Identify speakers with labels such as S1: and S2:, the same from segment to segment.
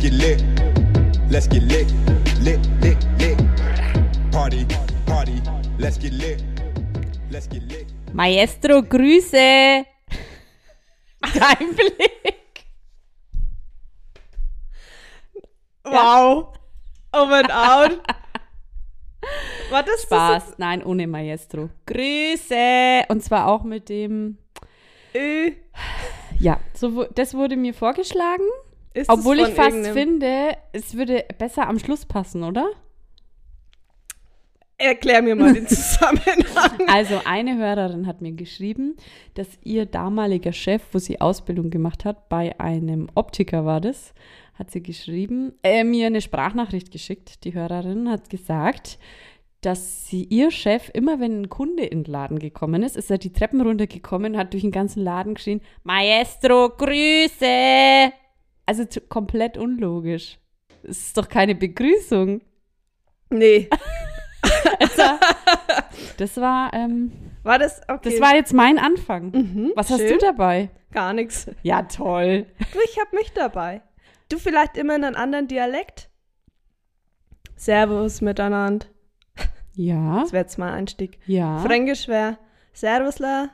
S1: get lit. Let's get lit. Lit, lit, lit. Party, party. Let's get lit. Let's get lit.
S2: Maestro, Grüße! Dein Blick!
S3: Wow. Over Um and out. War das
S2: Spaß, nein, ohne Maestro. Grüße! Und zwar auch mit dem.
S3: Das ist,
S2: Ja, so, wu- das wurde mir vorgeschlagen.
S3: ist das
S2: Obwohl ich
S3: von
S2: fast
S3: irgendeinem-
S2: finde, es würde besser am Schluss passen, oder?
S3: Erklär mir mal den Zusammenhang.
S2: Also eine Hörerin hat mir geschrieben, dass ihr damaliger Chef, wo sie Ausbildung gemacht hat, bei einem Optiker war das, hat sie geschrieben, äh, mir eine Sprachnachricht geschickt. Die Hörerin hat gesagt, dass sie ihr Chef immer, wenn ein Kunde in den Laden gekommen ist, ist er die Treppen runtergekommen, hat durch den ganzen Laden geschrien, Maestro, Grüße! Also zu, komplett unlogisch. Es ist doch keine Begrüßung.
S3: nee.
S2: Das war, ähm,
S3: War das okay?
S2: das war jetzt mein Anfang.
S3: Mhm,
S2: Was hast du
S3: schön.
S2: dabei?
S3: Gar nichts.
S2: Ja, toll.
S3: Du, ich hab mich dabei. Du vielleicht immer in einem anderen Dialekt? Servus miteinander.
S2: Ja,
S3: Das wäre jetzt mein Einstieg.
S2: ja.
S3: Fränkisch wäre Servusla.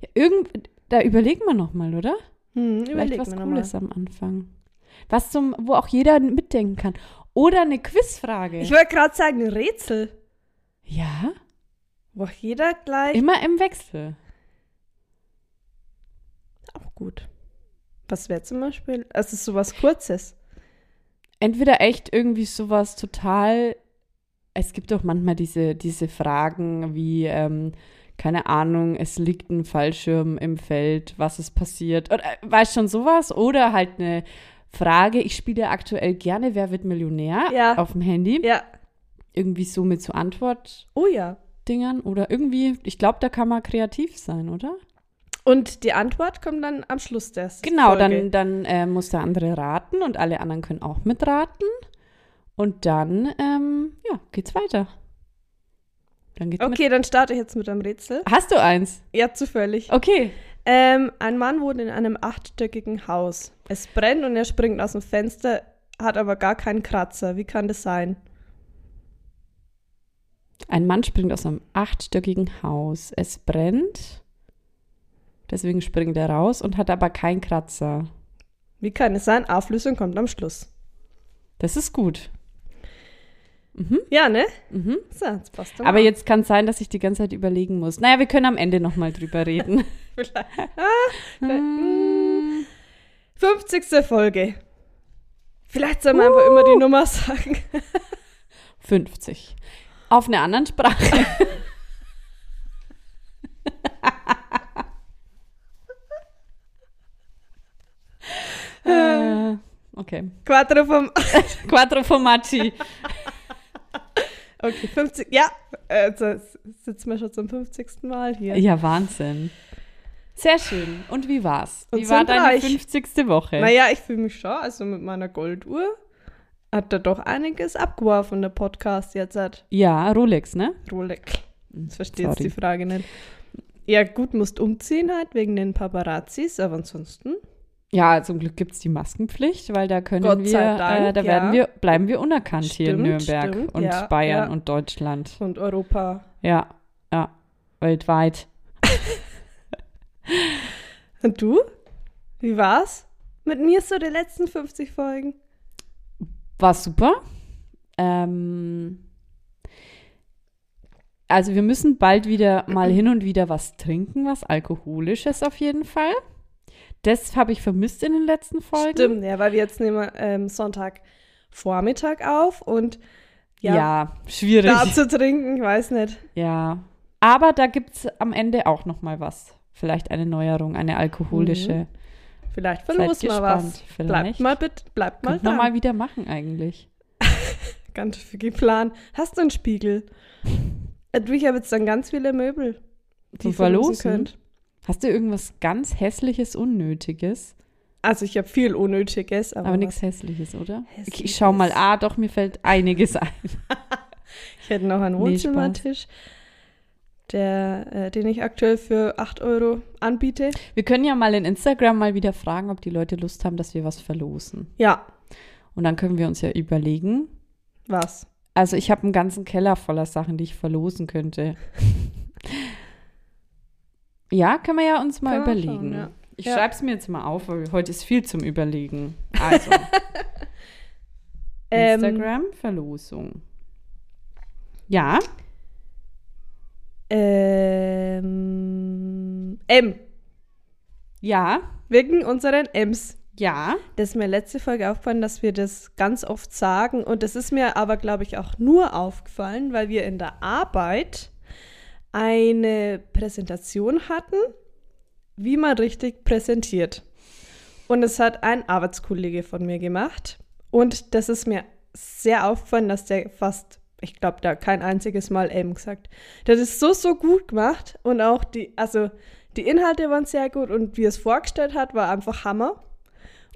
S2: Ja, Irgend, da überlegen wir nochmal, oder?
S3: Hm,
S2: Vielleicht
S3: überleg
S2: was
S3: mir nochmal.
S2: Cooles am Anfang. Was zum, wo auch jeder mitdenken kann. Oder eine Quizfrage.
S3: Ich wollte gerade sagen, ein Rätsel.
S2: ja,
S3: Wo jeder gleich.
S2: immer im Wechsel.
S3: Auch gut. Was wäre zum Beispiel? Es ist sowas Kurzes.
S2: Entweder echt irgendwie sowas total. Es gibt doch manchmal diese, diese Fragen wie, ähm, keine Ahnung, es liegt ein Fallschirm im Feld, was ist passiert? Oder äh, weißt schon sowas? Oder halt eine Frage, ich spiele aktuell gerne Wer wird Millionär
S3: Ja.
S2: auf dem Handy.
S3: Ja.
S2: irgendwie so mit so Antwortdingern
S3: Oh ja.
S2: oder irgendwie, ich glaube, da kann man kreativ sein, oder?
S3: Und die Antwort kommt dann am Schluss der ersten
S2: Genau,
S3: Folge.
S2: dann, dann äh, muss der andere raten und alle anderen können auch mitraten. Und dann, ähm, ja, geht's weiter. Dann geht's mit.
S3: Okay, dann starte ich jetzt mit einem Rätsel.
S2: Hast du eins?
S3: Ja, zufällig.
S2: Okay.
S3: Ähm, ein Mann wohnt in einem achtstöckigen Haus. Es brennt und er springt aus dem Fenster, hat aber gar keinen Kratzer. Wie kann das sein?
S2: Ein Mann springt aus einem achtstöckigen Haus. Es brennt. Deswegen springt er raus und hat aber keinen Kratzer.
S3: Wie kann es sein? Auflösung kommt am Schluss.
S2: Das ist gut.
S3: Ja, ne?
S2: Mhm.
S3: So, jetzt passt doch
S2: Aber
S3: mal.
S2: jetzt kann es sein, dass ich die ganze Zeit überlegen muss. Naja, wir können am Ende nochmal drüber reden. Ah, Hm.
S3: Mm. 50. Folge. Vielleicht soll man einfach immer die Nummer sagen.
S2: 50. Auf einer anderen Sprache. äh, okay.
S3: Quattro vom.
S2: Quattro Formaggi.
S3: Okay, 50. Ja, äh, jetzt sitzen wir schon zum 50. Mal hier.
S2: Ja, Wahnsinn. Sehr schön. Und wie war's?
S3: Und
S2: Wie war
S3: sind
S2: deine
S3: reich.
S2: 50. Woche?
S3: Naja, ich fühle mich schon, also mit meiner Golduhr hat da doch einiges abgeworfen, der Podcast jetzt hat
S2: Ja, Rolex, ne?
S3: Rolex. Jetzt verstehst
S2: Hm, sorry.
S3: die Frage nicht. Ja, gut, musst umziehen halt wegen den Paparazzis, aber ansonsten.
S2: Ja, zum Glück gibt es die Maskenpflicht, weil da können
S3: Gott
S2: wir,
S3: sei Dank,
S2: äh, da
S3: ja.
S2: werden wir, bleiben wir unerkannt hier in
S3: Stimmt,
S2: Nürnberg
S3: stimmt,
S2: und
S3: ja,
S2: Bayern
S3: ja.
S2: und Deutschland.
S3: Und Europa.
S2: Ja, ja, weltweit.
S3: Und du? Wie war's? Mit mir so die letzten 50 Folgen.
S2: War super. Ähm, also wir müssen bald wieder mal hin und wieder was trinken, was alkoholisches auf jeden Fall. Das habe ich vermisst in den letzten Folgen.
S3: Stimmt, ja, weil wir jetzt nehmen wir, ähm, Sonntag Vormittag auf und
S2: Ja,
S3: ja,
S2: schwierig.
S3: da zu trinken, ich weiß nicht.
S2: Ja. Aber da gibt es am Ende auch noch mal was. Vielleicht eine Neuerung, eine
S3: Mhm.
S2: alkoholische.
S3: Vielleicht verlosen wir was.
S2: gespannt, vielleicht.
S3: Bleibt mal bitte, bleibt mal
S2: Könnte man
S3: dran.
S2: mal wieder machen eigentlich.
S3: Ganz viel geplant. Hast du einen Spiegel? Äh, Du, ich habe jetzt dann ganz viele Möbel, die
S2: Zum
S3: ihr verlosen
S2: Verlosen?
S3: könnt.
S2: Hast du irgendwas ganz Hässliches, Unnötiges?
S3: Also ich habe viel Unnötiges, aber,
S2: Aber, nichts Hässliches, oder?
S3: Oh, Hässliches.
S2: Ich schau mal, ah, doch, mir fällt einiges ein.
S3: ich hätte noch einen
S2: Nee,
S3: Wohnzimmertisch, der, äh, den ich aktuell für 8 Euro anbiete.
S2: Wir können ja mal in Instagram mal wieder fragen, ob die Leute Lust haben, dass wir was verlosen.
S3: Ja,
S2: Und dann können wir uns ja überlegen.
S3: Was?
S2: Also ich habe einen ganzen Keller voller Sachen, die ich verlosen könnte. ja, können wir ja uns mal
S3: Kann man
S2: überlegen.
S3: schauen, ja.
S2: Ich
S3: Ja.
S2: schreibe es mir jetzt mal auf, weil heute ist viel zum Überlegen. Also,
S3: Ähm,
S2: Instagram-Verlosung. Ja,
S3: Ähm, M.
S2: ja,
S3: Wegen unseren Ms.
S2: ja.
S3: Das ist mir letzte Folge aufgefallen, dass wir das ganz oft sagen. Und das ist mir aber, glaube ich, auch nur aufgefallen, weil wir in der Arbeit eine Präsentation hatten, wie man richtig präsentiert. Und es hat ein Arbeitskollege von mir gemacht. Und das ist mir sehr aufgefallen, dass der fast, ich glaube, da kein einziges Mal M gesagt. Der hat es so, so gut gemacht. Und auch die, also die Inhalte waren sehr gut und wie er es vorgestellt hat, war einfach Hammer.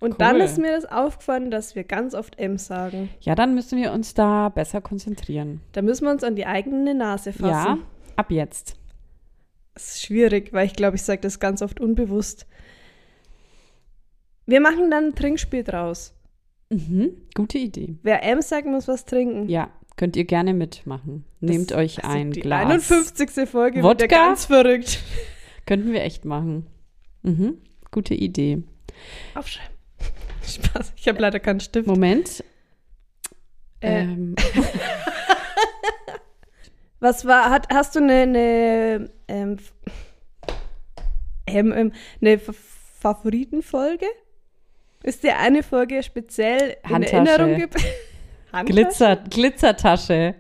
S3: Und dann
S2: Cool.
S3: ist mir das aufgefallen, dass wir ganz oft M sagen.
S2: Ja, dann müssen wir uns da besser konzentrieren.
S3: Da müssen wir uns an die eigene Nase fassen.
S2: Ja, ab jetzt.
S3: Das ist schwierig, weil ich glaube, ich sage das ganz oft unbewusst. Wir machen dann ein Trinkspiel draus.
S2: Mhm, gute Idee.
S3: Wer M sagt, muss was trinken.
S2: Ja, könnt ihr gerne mitmachen.
S3: Das-
S2: Nehmt euch
S3: also
S2: ein
S3: die
S2: Glas.
S3: 51. Folge wird ja
S2: Wodka?
S3: ganz verrückt.
S2: Könnten wir echt machen. Mhm, gute Idee.
S3: Aufschreiben. Spaß. Ich habe leider keinen Stift.
S2: Moment.
S3: Äh.
S2: Ähm,
S3: Was war, hat, hast du eine, eine, ähm, f- ähm, ähm, eine F- Favoritenfolge? Ist dir eine Folge speziell in
S2: Handtasche.
S3: Erinnerung geblieben?
S2: Glitzer, Glitzertasche.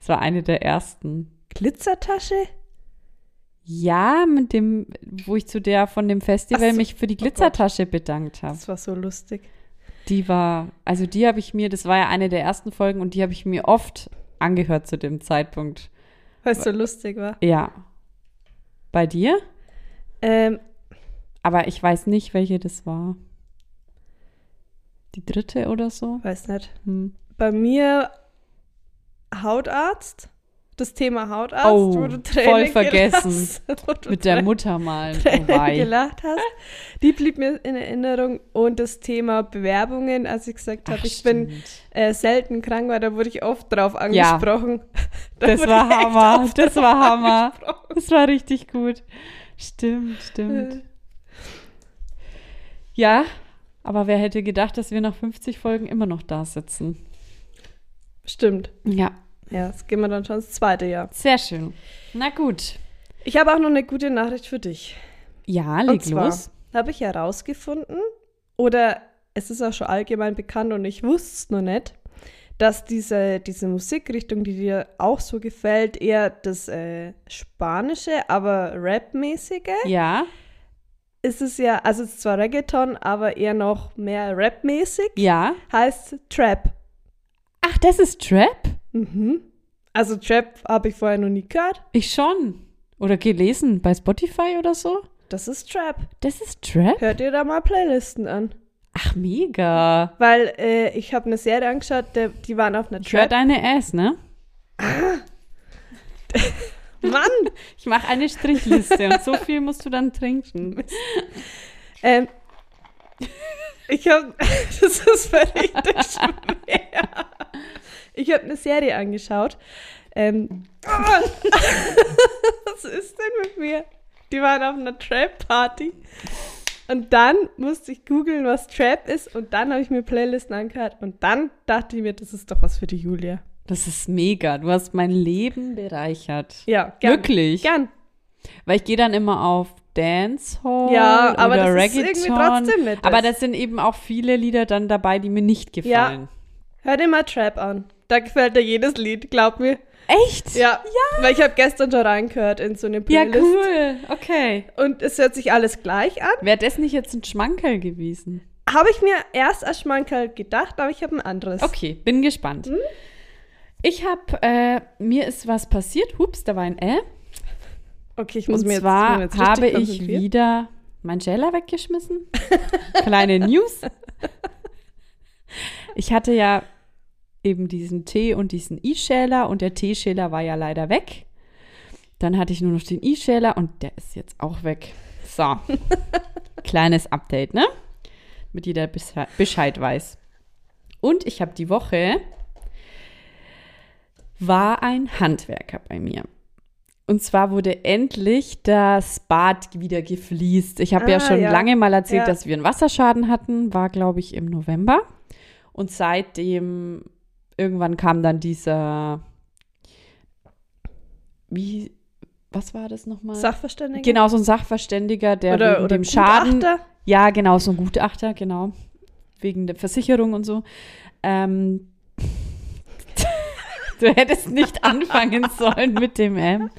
S2: Das war eine der ersten.
S3: Glitzertasche?
S2: Ja, mit dem, wo ich zu der von dem Festival
S3: Ach so. Oh
S2: mich für die Glitzertasche bedankt habe.
S3: Das war so lustig.
S2: Die war, also die habe ich mir, das war ja eine der ersten Folgen und die habe ich mir oft angehört zu dem Zeitpunkt.
S3: Weil es so lustig war.
S2: Ja. Bei dir?
S3: Ähm,
S2: Aber ich weiß nicht, welche das war. Die dritte oder so?
S3: weiß nicht.
S2: Hm.
S3: Bei mir Hautarzt. Das Thema Hautarzt,
S2: Oh,
S3: wo du
S2: voll
S3: Tränen
S2: vergessen.
S3: Gelacht, wo du
S2: Mit der
S3: Tränen-
S2: Mutter mal. Oh,
S3: Tränen
S2: wei.
S3: gelacht hast. Die blieb mir in Erinnerung. Und das Thema Bewerbungen, als ich gesagt habe,
S2: Ach,
S3: ich bin
S2: stimmt.
S3: äh, selten krank, weil da wurde ich oft drauf
S2: Ja.
S3: angesprochen. Da
S2: Das
S3: wurde
S2: war
S3: ich echt
S2: Hammer.
S3: oft
S2: Das
S3: drauf
S2: war Hammer.
S3: angesprochen.
S2: Das war richtig gut. Stimmt,
S3: Äh.
S2: stimmt. Ja, aber wer hätte gedacht, dass wir nach 50 Folgen immer noch da sitzen?
S3: Stimmt.
S2: Ja,
S3: Ja, das gehen wir dann schon ins zweite Jahr.
S2: sehr schön. Na gut.
S3: Ich habe auch noch eine gute Nachricht für dich.
S2: Ja, leg
S3: und zwar
S2: los.
S3: habe ich herausgefunden, oder es ist auch schon allgemein bekannt und ich wusste es noch nicht, dass diese, diese Musikrichtung, die dir auch so gefällt, eher das äh, Spanische, aber Rap-mäßige,
S2: Ja,
S3: ist es ja, also es ist zwar Reggaeton, aber eher noch mehr Rap-mäßig,
S2: ja.
S3: heißt Trap.
S2: Ach, das ist Trap?
S3: Mhm. Also Trap habe ich vorher noch nie gehört.
S2: Ich schon. Oder gelesen bei Spotify oder so?
S3: Das ist Trap.
S2: Das ist Trap?
S3: Hört ihr da mal Playlisten an?
S2: Ach, mega.
S3: Weil äh, ich habe eine Serie angeschaut, der, die waren auf einer
S2: Ich höre
S3: Trap.
S2: deine Ass, ne?
S3: Mann!
S2: Ich mache eine Strichliste und so viel musst du dann trinken.
S3: Ähm, ich habe, das ist voll richtig schwer. Ich habe eine Serie angeschaut. Ähm, ah, was ist denn mit mir? Die waren auf einer Trap-Party. Und dann musste ich googeln, was Trap ist. Und dann habe ich mir Playlisten angehört. Und dann dachte ich mir, das ist doch was für die Julia.
S2: Das ist mega. Du hast mein Leben bereichert.
S3: Ja, gern.
S2: Wirklich.
S3: Gern.
S2: Weil ich gehe dann immer auf Dancehall
S3: Ja, aber
S2: oder
S3: das ist
S2: Reggaeton.
S3: irgendwie trotzdem nicht das.
S2: Aber das sind eben auch viele Lieder dann dabei, die mir nicht gefallen.
S3: Hör dir mal Trap an. Da gefällt dir jedes Lied, glaub mir.
S2: Echt?
S3: Ja, weil ich habe gestern schon reingehört in so eine
S2: Ja,
S3: Playlist.
S2: cool. Okay.
S3: Und es hört sich alles gleich an.
S2: Wäre das nicht jetzt ein Schmankerl gewesen?
S3: Habe ich mir erst als Schmankerl gedacht, aber ich habe ein anderes.
S2: Okay, bin gespannt.
S3: Hm?
S2: Ich habe, äh, mir ist was passiert. Hups, da war ein Äh.
S3: Okay, ich muss
S2: Und
S3: mir jetzt, muss
S2: zwar
S3: mir jetzt richtig
S2: habe ich
S3: konzentrieren.
S2: wieder mein Jailer weggeschmissen. Kleine News. Ich hatte ja eben diesen Tee und diesen E-Schäler und der Teeschäler war ja leider weg. Dann hatte ich nur noch den E-Schäler und der ist jetzt auch weg. So, kleines Update, ne? Damit jeder Besche- Bescheid weiß. Und ich habe die Woche, war ein Handwerker bei mir. Und zwar wurde endlich das Bad wieder gefliest. Ich habe
S3: Ah,
S2: ja schon
S3: ja.
S2: lange mal erzählt,
S3: Ja.
S2: dass wir einen Wasserschaden hatten. War, glaube ich, im November. Und seitdem, irgendwann kam dann dieser, wie, was war das nochmal?
S3: Sachverständiger?
S2: Genau, so ein Sachverständiger, der
S3: Oder,
S2: wegen
S3: oder
S2: dem Schaden.
S3: Gutachter?
S2: Ja, genau, so ein Gutachter, genau. Wegen der Versicherung und so. Ähm, du hättest nicht anfangen sollen mit dem M.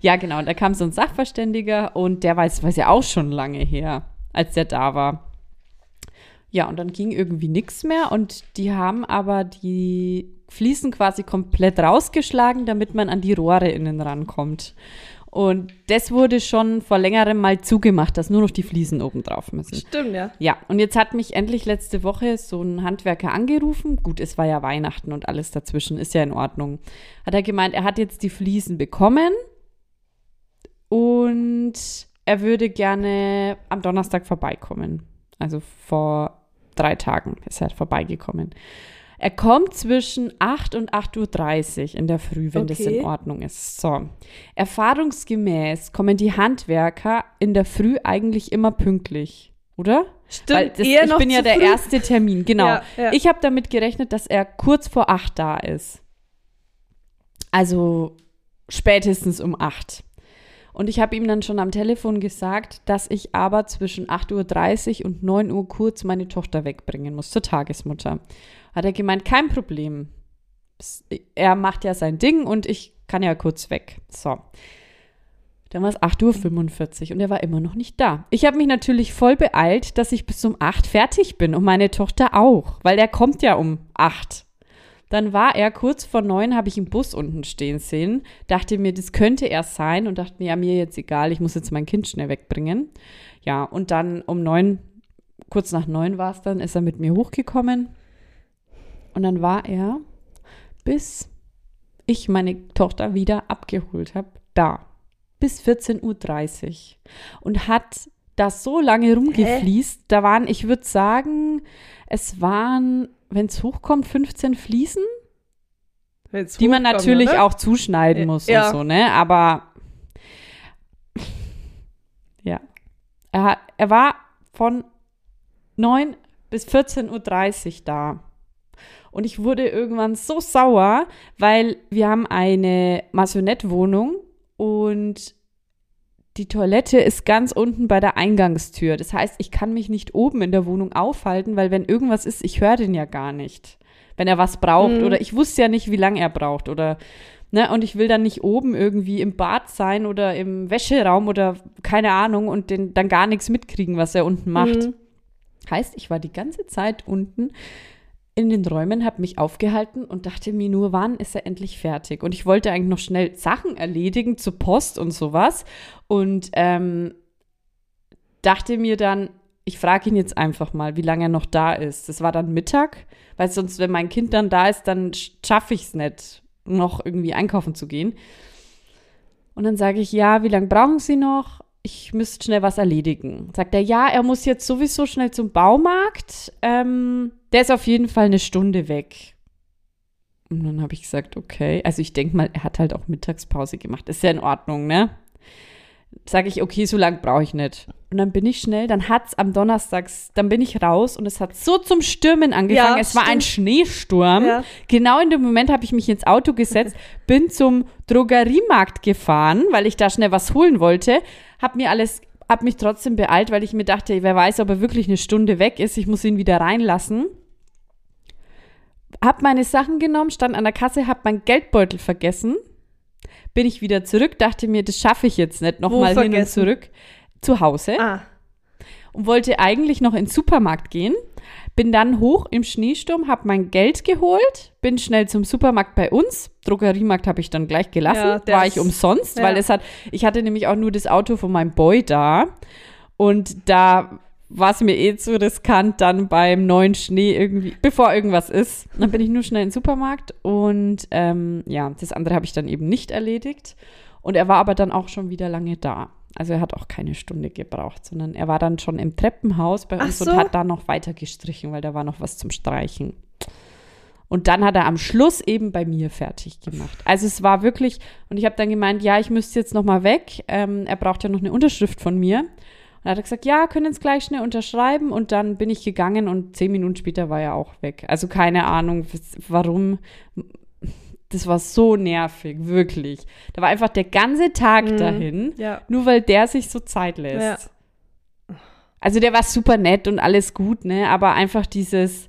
S2: Ja, genau, da kam so ein Sachverständiger und der weiß, weiß ja auch schon lange her, als der da war. Ja, und dann ging irgendwie nichts mehr und die haben aber die Fliesen quasi komplett rausgeschlagen, damit man an die Rohre innen rankommt. Und das wurde schon vor längerem mal zugemacht, dass nur noch die Fliesen oben drauf müssen.
S3: Stimmt, ja.
S2: Ja, und jetzt hat mich endlich letzte Woche so ein Handwerker angerufen. Gut, es war ja Weihnachten und alles dazwischen, ist ja in Ordnung. Hat er gemeint, er hat jetzt die Fliesen bekommen und er würde gerne am Donnerstag vorbeikommen. Also vor drei Tagen ist er vorbeigekommen. Er kommt zwischen 8 und 8.30 Uhr in der Früh, wenn das
S3: Okay.
S2: in Ordnung ist. So. Erfahrungsgemäß kommen die Handwerker in der Früh eigentlich immer pünktlich, oder?
S3: Stimmt,
S2: Weil das,
S3: eher
S2: ich
S3: noch
S2: bin ja
S3: zu
S2: der
S3: früh.
S2: erste Termin, genau.
S3: Ja, ja.
S2: Ich habe damit gerechnet, dass er kurz vor 8 da ist. Also spätestens um 8. Und ich habe ihm dann schon am Telefon gesagt, dass ich aber zwischen 8.30 Uhr und 9 Uhr kurz meine Tochter wegbringen muss zur Tagesmutter. Hat er gemeint, kein Problem. S- Er macht ja sein Ding und ich kann ja kurz weg. So. Dann war es 8.45 Uhr und er war immer noch nicht da. Ich habe mich natürlich voll beeilt, dass ich bis um 8 fertig bin und meine Tochter auch, weil der kommt ja um 8. Dann war er kurz vor 9, habe ich einen Bus unten stehen sehen, dachte mir, das könnte er sein und dachte mir, ja, mir jetzt egal, ich muss jetzt mein Kind schnell wegbringen. Ja, und dann um 9, kurz nach 9 war es dann, ist er mit mir hochgekommen und dann war er, bis ich meine Tochter wieder abgeholt habe, da bis 14.30 Uhr und hat das so lange rumgefließt. Da waren, ich würde sagen, es waren, wenn es hochkommt, 15 Fliesen,
S3: Wenn's
S2: die man
S3: hochkommt,
S2: natürlich
S3: oder?
S2: auch zuschneiden
S3: ne? Ja.
S2: muss und so, ne? Aber ja. Er, hat- er war von 9 bis 14.30 Uhr da. Und ich wurde irgendwann so sauer, weil wir haben eine Masonettwohnung und die Toilette ist ganz unten bei der Eingangstür. Das heißt, ich kann mich nicht oben in der Wohnung aufhalten, weil wenn irgendwas ist, ich höre den ja gar nicht. Wenn er was braucht
S3: Mhm.
S2: oder ich wusste ja nicht, wie lange er braucht oder ne, und ich will dann nicht oben irgendwie im Bad sein oder im Wäscheraum oder keine Ahnung und den dann gar nichts mitkriegen, was er unten macht.
S3: Mhm.
S2: Heißt, ich war die ganze Zeit unten in den Räumen, habe mich aufgehalten und dachte mir nur, wann ist er endlich fertig? Und ich wollte eigentlich noch schnell Sachen erledigen zur Post und sowas. Und ähm, dachte mir dann, ich frage ihn jetzt einfach mal, wie lange er noch da ist. Das war dann Mittag, weil sonst, wenn mein Kind dann da ist, dann schaffe ich es nicht, noch irgendwie einkaufen zu gehen. Und dann sage ich, ja, wie lange brauchen Sie noch? Ich müsste schnell was erledigen. Sagt er, ja, er muss jetzt sowieso schnell zum Baumarkt. Ähm, der ist auf jeden Fall eine Stunde weg. Und dann habe ich gesagt, okay. Also ich denke mal, er hat halt auch Mittagspause gemacht. Ist ja in Ordnung, ne? Sage ich, okay, so lange brauche ich nicht. Und dann bin ich schnell, dann hat es am Donnerstags, dann bin ich raus und es hat so zum Stürmen angefangen.
S3: Ja,
S2: es war ein Schneesturm.
S3: Ja.
S2: Genau in dem Moment habe ich mich ins Auto gesetzt, bin zum Drogeriemarkt gefahren, weil ich da schnell was holen wollte, habe mir alles habe mich trotzdem beeilt, weil ich mir dachte, wer weiß, ob er wirklich eine Stunde weg ist, ich muss ihn wieder reinlassen. Hab meine Sachen genommen, stand an der Kasse, hab meinen Geldbeutel vergessen. Bin ich wieder zurück, dachte mir, das schaffe ich jetzt nicht
S3: Wo
S2: nochmal hin und
S3: vergessen?
S2: zurück zu Hause
S3: Ah,
S2: und wollte eigentlich noch in den Supermarkt gehen. Bin dann hoch im Schneesturm, habe mein Geld geholt, bin schnell zum Supermarkt bei uns. Drogeriemarkt habe ich dann gleich
S3: Ja,
S2: gelassen,
S3: der
S2: war
S3: ist-
S2: ich umsonst, weil
S3: ja.
S2: es hat, ich hatte nämlich auch nur das Auto von meinem Boy da und da war es mir eh zu riskant, dann beim neuen Schnee irgendwie, bevor irgendwas ist. Dann bin ich nur schnell in den Supermarkt und ähm, ja, das andere habe ich dann eben nicht erledigt. Und er war aber dann auch schon wieder lange da. Also er hat auch keine Stunde gebraucht, sondern er war dann schon im Treppenhaus bei
S3: Ach
S2: uns
S3: so.
S2: und hat da noch weiter gestrichen, weil da war noch was zum Streichen. Und dann hat er am Schluss eben bei mir fertig gemacht. Also es war wirklich, und ich habe dann gemeint, ja, ich müsste jetzt nochmal weg. Ähm, er braucht ja noch eine Unterschrift von mir. Und dann hat er gesagt, ja, können es gleich schnell unterschreiben. Und dann bin ich gegangen und zehn Minuten später war er auch weg. Also keine Ahnung, was- warum. Das war so nervig, wirklich. Da war einfach der ganze Tag
S3: Mhm.
S2: dahin.
S3: Ja.
S2: Nur weil der sich so Zeit lässt. Also der war super nett und alles gut, ne? Aber einfach dieses,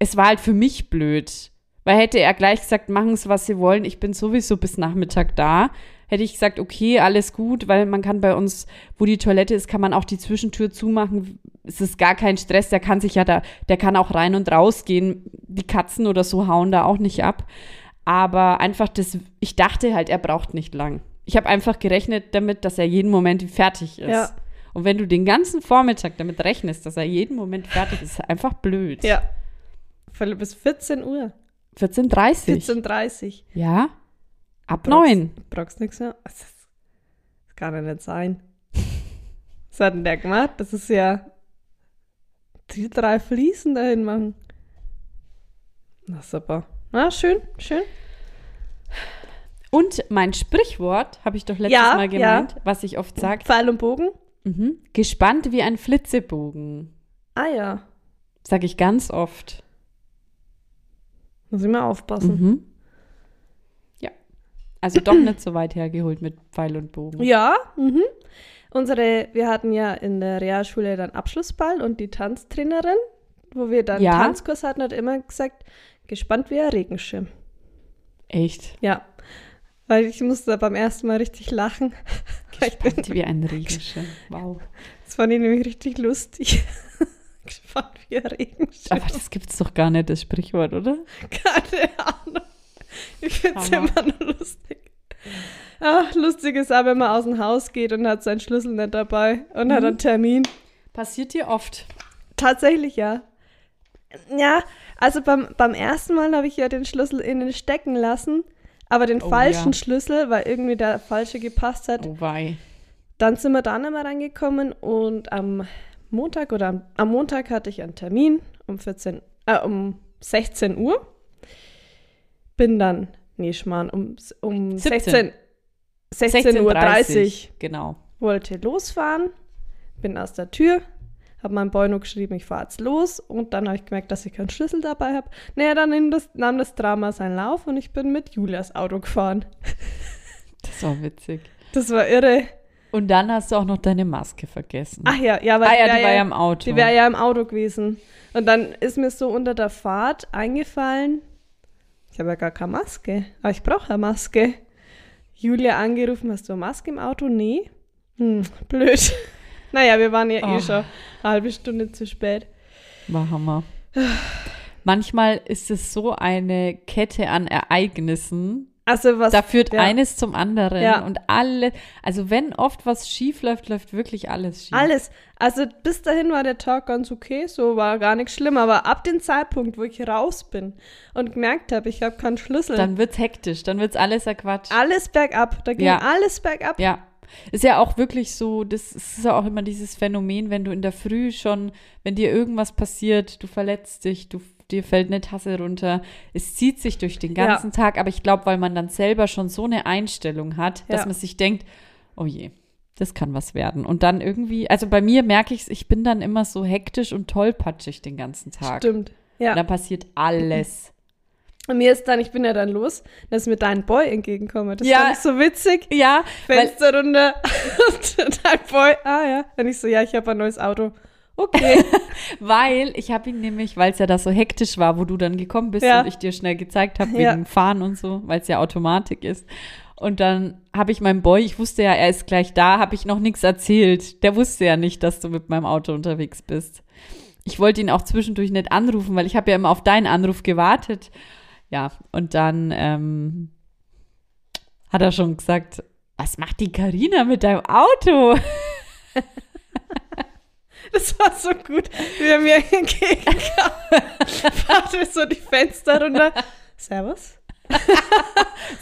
S2: es war halt für mich blöd. Weil hätte er gleich gesagt, machen Sie, was Sie wollen, ich bin sowieso bis Nachmittag da, hätte ich gesagt, okay, alles gut, weil man kann bei uns, wo die Toilette ist, kann man auch die Zwischentür zumachen. Es ist gar kein Stress, der kann sich ja da, der kann auch rein und raus gehen. Die Katzen oder so hauen da auch nicht ab. Aber einfach das, ich dachte halt, er braucht nicht lang. Ich habe einfach gerechnet damit, dass er jeden Moment fertig ist.
S3: Ja.
S2: Und wenn du den ganzen Vormittag damit rechnest, dass er jeden Moment fertig ist, ist einfach blöd.
S3: Ja. Voll Bis 14 Uhr.
S2: 14.30 Uhr.
S3: 14.30 Uhr.
S2: Ja. Ab neun.
S3: Brauchst nichts mehr. Das, ist, das kann ja nicht sein. Was hat denn der gemacht? Das ist ja die drei Fliesen dahin machen. Na super. Na, schön, schön.
S2: Und mein Sprichwort habe ich doch letztes
S3: Ja,
S2: Mal gemeint, was ich oft sage.
S3: Pfeil und Bogen?
S2: Mhm. Gespannt wie ein Flitzebogen.
S3: Ah ja.
S2: Sage ich ganz oft.
S3: Muss ich mal aufpassen.
S2: Mhm. Ja. Also doch nicht so weit hergeholt mit Pfeil und Bogen.
S3: Ja, mhm. Unsere, wir hatten ja in der Realschule dann Abschlussball und die Tanztrainerin, wo wir dann
S2: Ja.
S3: Tanzkurs hatten, hat immer gesagt, gespannt wie ein Regenschirm.
S2: Echt.
S3: Ja. Weil ich musste da beim ersten Mal richtig lachen. Weil ich bin-
S2: Gespannt wie ein Regenschirm. Wow.
S3: Das fand ich nämlich richtig lustig. gespannt wie ein Regenschirm.
S2: Aber das gibt's doch gar nicht, das Sprichwort, oder?
S3: Keine Ahnung. Ich finde es
S2: Hammer.
S3: immer nur lustig. Ach, lustig ist auch, wenn man aus dem Haus geht und hat seinen Schlüssel nicht dabei und
S2: Mhm.
S3: hat einen Termin.
S2: Passiert dir oft.
S3: Tatsächlich, ja. Ja, also beim, beim ersten Mal habe ich ja den Schlüssel innen stecken lassen, aber den
S2: Oh,
S3: falschen
S2: ja.
S3: Schlüssel, weil irgendwie der falsche gepasst hat.
S2: Oh wei.
S3: Dann sind wir da nicht mehr reingekommen und am Montag oder am, am Montag hatte ich einen Termin um 14, äh, um 16 Uhr. Bin dann, nee, Schmarrn, um, um
S2: 17.
S3: 16, 16.30 Uhr 30
S2: Genau.
S3: wollte losfahren, bin aus der Tür, habe meinem Boy noch geschrieben, ich fahre jetzt los und dann habe ich gemerkt, dass ich keinen Schlüssel dabei habe. Naja, dann nahm das, nahm das Drama seinen Lauf und ich bin mit Julias Auto gefahren.
S2: Das war witzig.
S3: Das war irre.
S2: Und dann hast du auch noch deine Maske vergessen.
S3: Ach ja, ja, weil
S2: ah ja,
S3: die wär
S2: die war ja im Auto.
S3: Die wäre ja im Auto gewesen. Und dann ist mir so unter der Fahrt eingefallen, ich habe ja gar keine Maske, aber ich brauche eine Maske. Julia angerufen, hast du eine Maske im Auto? Nee. Hm, blöd. Naja, wir waren ja eh
S2: Oh.
S3: schon eine halbe Stunde zu spät.
S2: War Hammer. Manchmal ist es so eine Kette an Ereignissen.
S3: Also was...
S2: Da führt
S3: ja,
S2: eines zum anderen
S3: Ja.
S2: und alle, also wenn oft was schief läuft, läuft wirklich alles schief.
S3: Alles. Also bis dahin war der Tag ganz okay, so war gar nichts schlimm. Aber ab dem Zeitpunkt, wo ich raus bin und gemerkt habe, ich habe keinen Schlüssel,
S2: Dann wird's hektisch, dann wird's alles erquatscht.
S3: alles bergab. Da ging
S2: Ja.
S3: alles bergab.
S2: Ja. Ist ja auch wirklich so, das ist ja auch immer dieses Phänomen, wenn du in der Früh schon, wenn dir irgendwas passiert, du verletzt dich, du, dir fällt eine Tasse runter, es zieht sich durch den
S3: Ja.
S2: ganzen Tag, aber ich glaube, weil man dann selber schon so eine Einstellung hat, dass
S3: Ja.
S2: man sich denkt, oh je, das kann was werden. Und dann irgendwie, also bei mir merke ich es, ich bin dann immer so hektisch und tollpatschig den ganzen Tag.
S3: Stimmt. Ja.
S2: Und dann passiert alles.
S3: Und mir ist dann, ich bin ja dann los, dass mir dein Boy entgegenkomme. Das
S2: Ja.
S3: fand ich so witzig.
S2: Ja, weil
S3: Fenster runter und dein Boy, ah ja. Und ich so, ja, ich habe ein neues Auto. Okay.
S2: Weil ich habe ihn nämlich, weil es ja da so hektisch war, wo du dann gekommen bist
S3: Ja.
S2: und ich dir schnell gezeigt habe wegen
S3: Ja.
S2: Fahren und so, weil es ja Automatik ist. Und dann habe ich meinem Boy, ich wusste ja, er ist gleich da, habe ich noch nichts erzählt. Der wusste ja nicht, dass du mit meinem Auto unterwegs bist. Ich wollte ihn auch zwischendurch nicht anrufen, weil ich habe ja immer auf deinen Anruf gewartet. Ja, und dann ähm, hat er schon gesagt, was macht die Karina mit deinem Auto?
S3: Das war so gut, wie er mir entgegenkam. Fahrt mir so die Fenster runter. Servus.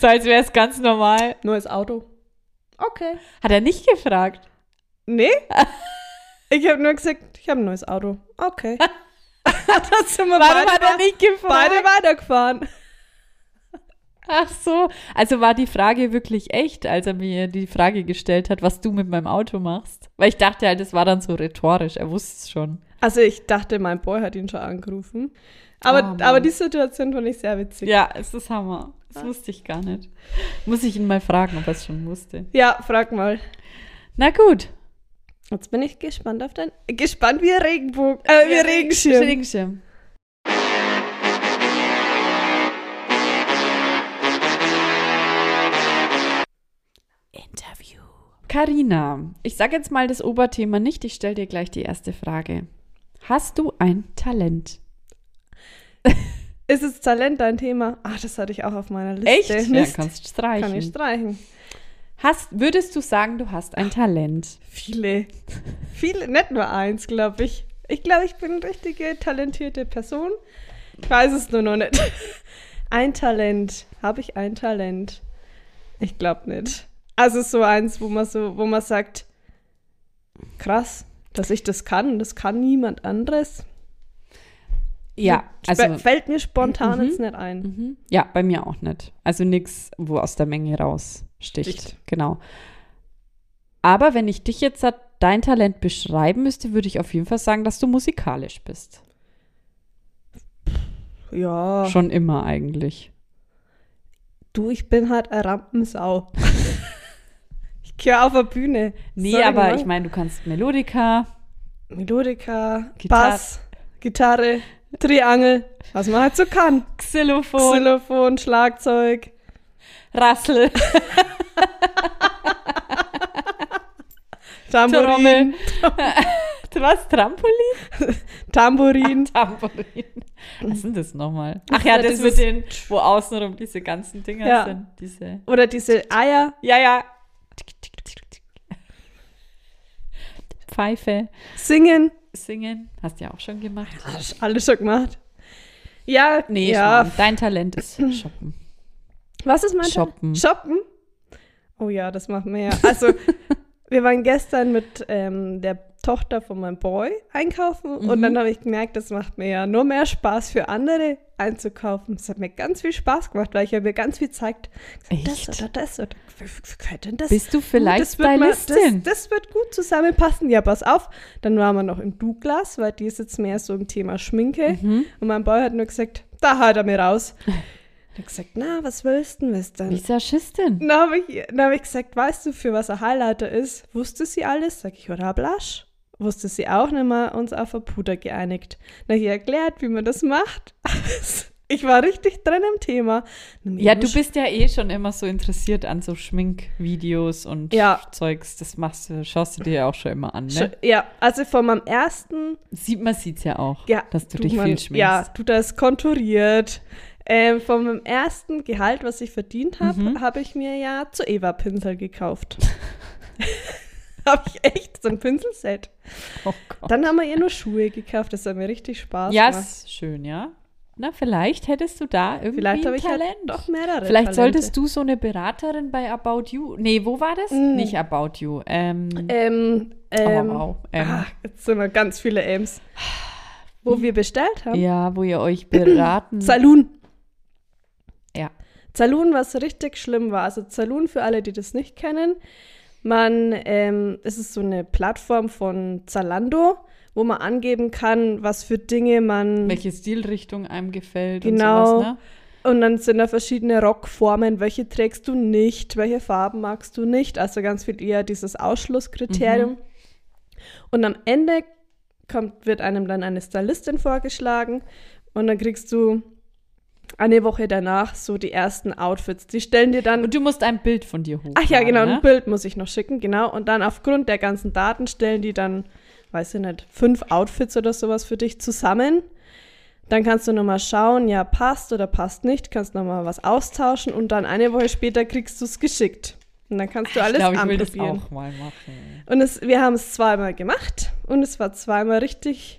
S2: So als wäre es ganz normal.
S3: Neues Auto. Okay.
S2: Hat er nicht gefragt.
S3: Nee? Ich habe nur gesagt, ich habe ein neues Auto. Okay. das sind wir
S2: Warum
S3: beide,
S2: hat er nicht gefragt?
S3: beide weitergefahren.
S2: Ach so, also war die Frage wirklich echt, als er mir die Frage gestellt hat, was du mit meinem Auto machst? Weil ich dachte halt, es war dann so rhetorisch, er wusste es schon.
S3: Also ich dachte, mein Boy hat ihn schon angerufen. Aber,
S2: Oh,
S3: aber
S2: Mann.
S3: die Situation fand ich sehr witzig.
S2: Ja, es ist Hammer. Das wusste ich gar nicht. Muss ich ihn mal fragen, ob er es schon wusste.
S3: Ja, frag mal.
S2: Na gut.
S3: Jetzt bin ich gespannt auf dein... Gespannt wie ein Regenbogen. Äh, wie ein Regenschirm.
S2: Regenschirm. Interview. Carina, ich sage jetzt mal das Oberthema nicht. Ich stelle dir gleich die erste Frage. Hast du ein Talent?
S3: Ist es Talent dein Thema? Ach, das hatte ich auch auf meiner Liste.
S2: Echt? Ja,
S3: Mist.
S2: kannst streichen.
S3: Kann ich streichen.
S2: hast, würdest du sagen, du hast ein Talent?
S3: Viele. Viele, nicht nur eins, glaube ich. Ich glaube, ich bin eine richtige, talentierte Person. Ich weiß es nur noch nicht. Ein Talent. Habe ich ein Talent? Ich glaube nicht. Also so eins, wo man so, wo man sagt, krass, dass ich das kann, das kann niemand anderes.
S2: Ja,
S3: Fä-
S2: also
S3: fällt mir spontan
S2: Mhm.
S3: jetzt nicht ein.
S2: mhm. ja, bei mir auch nicht. Also nichts, wo aus der Menge raussticht.
S3: Sticht.
S2: Genau. Aber wenn ich dich jetzt hat- dein Talent beschreiben müsste, würde ich auf jeden Fall sagen, dass du musikalisch bist.
S3: Ja.
S2: Mhm. Schon immer eigentlich.
S3: Du, ich bin halt eine Rampensau. ich gehöre auf der Bühne.
S2: Nee,
S3: Sorry,
S2: aber
S3: Mann.
S2: ich meine, du kannst Melodika.
S3: Melodika,
S2: Gitarre.
S3: Bass, Gitarre, Triangel, was man halt so kann.
S2: Xylophon,
S3: Xylophon, Schlagzeug.
S2: Rassel,
S3: Tambourin,
S2: Trommel. Was? Trampolin?
S3: Tambourin.
S2: Tambourin. Was sind das nochmal? Ach ja,
S3: war
S2: das mit
S3: dieses-
S2: den, wo außenrum diese ganzen Dinger
S3: Ja.
S2: sind. Diese.
S3: Oder diese Eier,
S2: Ja, ja. Pfeife,
S3: Singen.
S2: singen, hast du ja auch schon gemacht.
S3: Hast du Alles schon gemacht. Ja,
S2: Nee,
S3: ja.
S2: Schmarrn, dein Talent ist shoppen.
S3: Was ist mein
S2: Shoppen.
S3: Talent? Shoppen? Oh ja, das machen wir ja. Also, wir waren gestern mit ähm, der Tochter von meinem Boy einkaufen
S2: Mhm.
S3: und dann habe ich gemerkt, das macht mir ja nur mehr Spaß für andere einzukaufen. Das hat mir ganz viel Spaß gemacht, weil ich habe mir ganz viel zeigt. Das
S2: Echt?
S3: oder das oder w- w- gehört denn das?
S2: Bist du
S3: Oh,
S2: vielleicht
S3: das wird mal-
S2: Stylistin?
S3: Das, das wird gut zusammenpassen. Ja, pass auf. Dann waren wir noch im Douglas, weil die ist jetzt mehr so im Thema Schminke.
S2: Mhm.
S3: Und mein Boy hat nur gesagt, da haut er mir raus. Dann hab ich gesagt, na, was willst denn, was denn?
S2: Visagistin.
S3: Dann habe ich, dann hab ich gesagt, weißt du, für was ein Highlighter ist? Wusste sie alles? Sag ich, oder ein Blush? Wusste sie auch nicht mehr, uns auf ein Puder geeinigt. Dann habe ich erklärt, wie man das macht. ich war richtig drin im Thema. Dann hab ich
S2: Ja,
S3: nur
S2: du bist ja eh schon immer so interessiert an so Schminkvideos und
S3: Ja.
S2: Zeugs. Das machst du, schaust du dir ja auch schon immer an,
S3: Sch-
S2: ne?
S3: Ja, also von meinem ersten,
S2: Sieht man sieht's ja auch,
S3: ja,
S2: dass du
S3: du,
S2: dich
S3: man-
S2: viel schminkst.
S3: Ja, du das konturiert. Ähm, von meinem ersten Gehalt, was ich verdient habe,
S2: Mhm.
S3: habe ich mir ja zu Eva Pinsel gekauft. habe ich echt so ein Pinselset.
S2: Oh Gott.
S3: Dann haben wir ihr nur Schuhe gekauft, das hat mir richtig Spaß
S2: ja,
S3: gemacht.
S2: ist schön, ja. Na, vielleicht hättest du da irgendwie
S3: Vielleicht habe
S2: ein
S3: ich halt
S2: Talent.
S3: doch mehrere.
S2: Vielleicht
S3: Talente.
S2: solltest du so eine Beraterin bei About You. Nee, wo war das?
S3: Mm.
S2: Nicht About You. Ähm,
S3: Ähm, ähm,
S2: oh, wow. Ähm,
S3: ah, jetzt sind wir ganz viele Ms. Wo wir bestellt haben.
S2: Ja, wo ihr euch beraten.
S3: Saloon.
S2: ja.
S3: Saloon, was richtig schlimm war. Also Saloon, für alle, die das nicht kennen, man, ähm, es ist so eine Plattform von Zalando, wo man angeben kann, was für Dinge man
S2: Welche Stilrichtung einem gefällt
S3: Genau.
S2: und sowas, ne?
S3: Und dann sind da verschiedene Rockformen. Welche trägst du nicht? Welche Farben magst du nicht? Also ganz viel eher dieses Ausschlusskriterium.
S2: Mhm.
S3: Und am Ende kommt, wird einem dann eine Stylistin vorgeschlagen und dann kriegst du eine Woche danach so die ersten Outfits. Die stellen dir dann.
S2: Und du musst ein Bild von dir hochladen.
S3: Ach ja, genau,
S2: Ne?
S3: ein Bild muss ich noch schicken, genau. Und dann aufgrund der ganzen Daten stellen die dann, weiß ich nicht, fünf Outfits oder sowas für dich zusammen. Dann kannst du nochmal schauen, ja, passt oder passt nicht, kannst nochmal was austauschen und dann eine Woche später kriegst du es geschickt. Und dann kannst du alles
S2: ich glaube, ich will das
S3: anprobieren.
S2: auch mal machen.
S3: Und es, wir haben es zweimal gemacht und es war zweimal richtig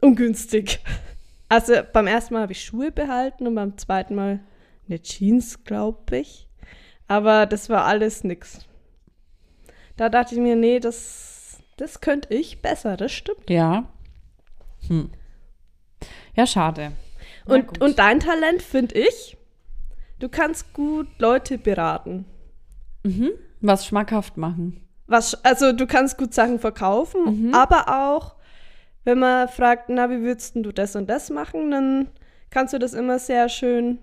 S3: ungünstig. Also beim ersten Mal habe ich Schuhe behalten und beim zweiten Mal eine Jeans, glaube ich. Aber das war alles nix. Da dachte ich mir, nee, das, das könnte ich besser, das stimmt.
S2: Ja. Hm. Ja, schade. Na
S3: Und,
S2: gut.
S3: und dein Talent finde ich, du kannst gut Leute beraten.
S2: was schmackhaft machen.
S3: Was, also du kannst gut Sachen verkaufen,
S2: Mhm.
S3: aber auch, wenn man fragt, na, wie würdest denn du das und das machen, dann kannst du das immer sehr schön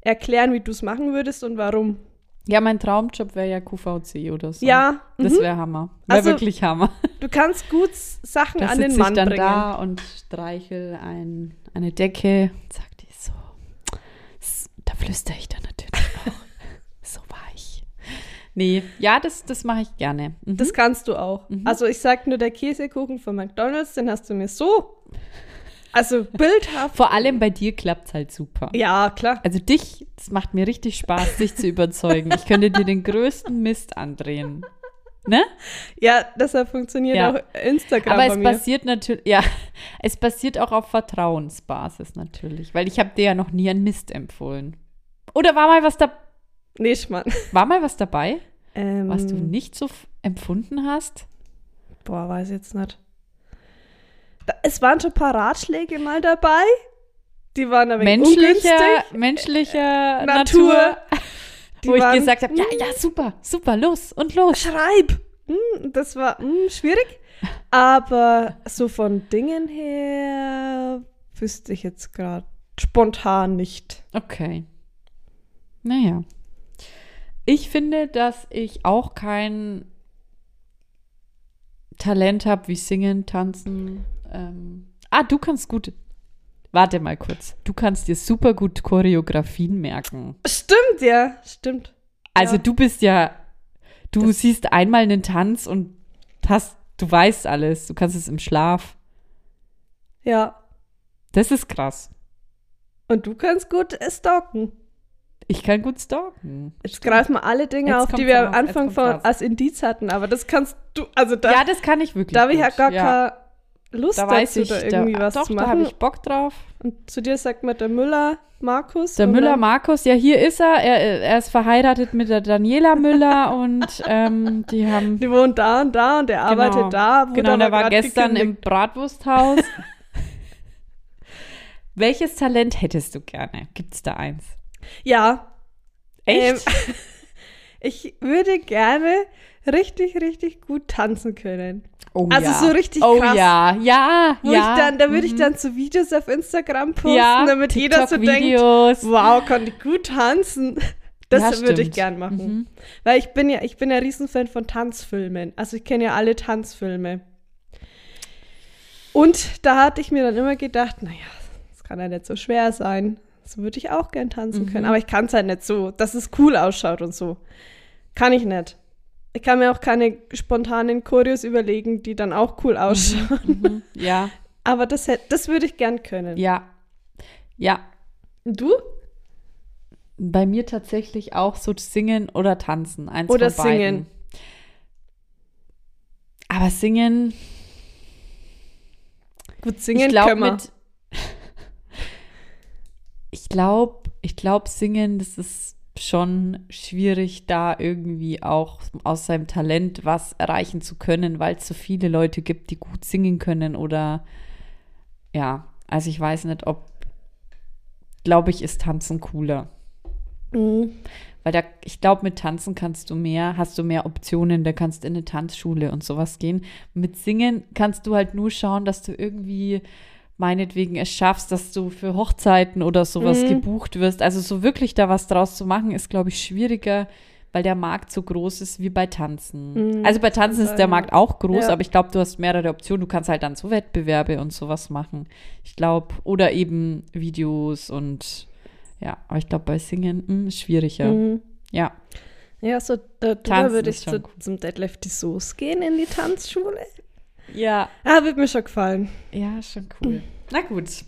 S3: erklären, wie du es machen würdest und warum.
S2: Ja, mein Traumjob wäre ja QVC oder so.
S3: Ja,
S2: Das
S3: mhm.
S2: wäre Hammer. Wäre
S3: Also,
S2: wirklich Hammer.
S3: Du kannst gut s- Sachen
S2: Da
S3: an
S2: sitze
S3: den
S2: ich
S3: Mann
S2: dann
S3: bringen.
S2: da Mhm. und streichel ein, eine Decke und sag die so. s- Da flüstere ich dann natürlich auch. so weich. Nee, ja, das, das mache ich gerne. Mhm.
S3: Das kannst du auch. Also ich sag nur, der Käsekuchen von McDonalds, den hast du mir so, also bildhaft.
S2: Vor allem bei dir klappt es halt super.
S3: Ja, klar.
S2: Also dich, das macht mir richtig Spaß, dich zu überzeugen. Ich könnte dir den größten Mist andrehen. Ne?
S3: Ja, deshalb funktioniert
S2: Ja.
S3: auch Instagram
S2: Aber
S3: Genau, bei
S2: es
S3: mir.
S2: basiert natürlich, ja, es basiert auch auf Vertrauensbasis natürlich, weil ich habe dir ja noch nie einen Mist empfohlen. Oder war mal was da,
S3: Nee, Schmarrn.
S2: war mal was dabei,
S3: Ähm,
S2: was du nicht so f- empfunden hast?
S3: Boah, weiß jetzt nicht. Da, es waren schon ein paar Ratschläge mal dabei. Die waren aber
S2: Menschlicher,
S3: ungünstig. Äh,
S2: menschlicher
S3: Natur.
S2: Natur,
S3: Die
S2: wo ich
S3: waren- hm,
S2: gesagt habe, ja, ja, super, super, los und los.
S3: Schreib! Hm, Das war hm, schwierig. Aber so von Dingen her wüsste ich jetzt gerade spontan nicht.
S2: Okay. Naja. Ich finde, dass ich auch kein Talent habe wie Singen, Tanzen. Ähm. Ah, du kannst gut. Warte mal kurz. Du kannst dir super gut Choreografien merken.
S3: Stimmt, ja, stimmt.
S2: Also
S3: Ja.
S2: du bist ja, du siehst einmal einen Tanz und hast, du weißt alles. Du kannst es im Schlaf.
S3: Ja.
S2: Das ist krass.
S3: Und du kannst gut äh, stalken.
S2: Ich kann gut stalken.
S3: Jetzt greifen wir alle Dinge
S2: Jetzt
S3: auf, die
S2: kommt's
S3: wir
S2: raus,
S3: am
S2: jetzt
S3: Anfang
S2: kommt's
S3: von,
S2: raus.
S3: als Indiz hatten. Aber das kannst du, also da,
S2: ja, das kann ich wirklich.
S3: da habe ich
S2: gut.
S3: ja gar
S2: ja.
S3: keine Lust
S2: da weiß
S3: dazu,
S2: ich
S3: da irgendwie
S2: da,
S3: was
S2: doch,
S3: zu
S2: da habe
S3: machen.
S2: ich Bock drauf.
S3: Und zu dir sagt mir der Müller, Markus.
S2: Der
S3: und
S2: Müller
S3: dann-
S2: Markus, ja, hier ist er. Er, er ist verheiratet mit der Daniela Müller und ähm, die haben.
S3: Die wohnt da und da und der arbeitet da. wurde
S2: Genau,
S3: aber
S2: der war
S3: grad
S2: gestern
S3: gekündigt.
S2: im Bratwursthaus. Welches Talent hättest du gerne? Gibt's da eins?
S3: Ja.
S2: Echt?
S3: Ähm, ich würde gerne richtig, richtig gut tanzen können.
S2: oh,
S3: also so richtig
S2: oh,
S3: krass.
S2: ja, ja,
S3: Wo
S2: ja.
S3: ich dann, da würde ich
S2: mhm.
S3: dann so Videos auf Instagram posten,
S2: ja,
S3: damit jeder so denkt,
S2: TikTok-Videos.
S3: wow, kann ich gut tanzen.
S2: Ja,
S3: Das würde ich
S2: stimmt.
S3: gern machen.
S2: Mhm.
S3: Weil ich bin ja, ich bin ja Riesenfan von Tanzfilmen. Also ich kenne ja alle Tanzfilme. Und da hatte ich mir dann immer gedacht, naja, das kann ja nicht so schwer sein. So würde ich auch gern tanzen
S2: Mhm.
S3: können. Aber ich kann es halt nicht so, dass es cool ausschaut und so. Kann ich nicht. Ich kann mir auch keine spontanen Choreos überlegen, die dann auch cool ausschauen.
S2: Mhm. Ja,
S3: Aber das, hätt- das würde ich gern können.
S2: ja, ja.
S3: Und Du?
S2: Bei mir tatsächlich auch so singen oder tanzen. Eins
S3: Oder
S2: von beiden.
S3: singen.
S2: Aber singen,
S3: Gut singen
S2: ich glaube
S3: können wir.
S2: mit. Ich glaube, ich glaube, singen, das ist schon schwierig, da irgendwie auch aus seinem Talent was erreichen zu können, weil es so viele Leute gibt, die gut singen können oder ja, also ich weiß nicht, ob, glaube ich, ist Tanzen cooler.
S3: Mhm.
S2: Weil da, ich glaube, mit Tanzen kannst du mehr, hast du mehr Optionen, da kannst du in eine Tanzschule und sowas gehen. Mit Singen kannst du halt nur schauen, dass du irgendwie meinetwegen es schaffst, dass du für Hochzeiten oder sowas
S3: Mhm.
S2: gebucht wirst. Also so wirklich da was draus zu machen, ist, glaube ich, schwieriger, weil der Markt so groß ist wie bei Tanzen.
S3: Mhm,
S2: Also bei Tanzen ist der
S3: sein,
S2: Markt auch groß,
S3: Ja.
S2: aber ich glaube, du hast mehrere Optionen. Du kannst halt dann so Wettbewerbe und sowas machen. Ich glaube, oder eben Videos und ja, aber ich glaube, bei Singen mh, ist schwieriger.
S3: Mhm.
S2: Ja.
S3: Ja, so da, da
S2: Tanzen
S3: würde
S2: ist
S3: ich zu,
S2: schon cool.
S3: zum Deadlift die Soße gehen in die Tanzschule.
S2: Ja.
S3: Ah, wird mir schon gefallen.
S2: Ja, schon cool. Na gut.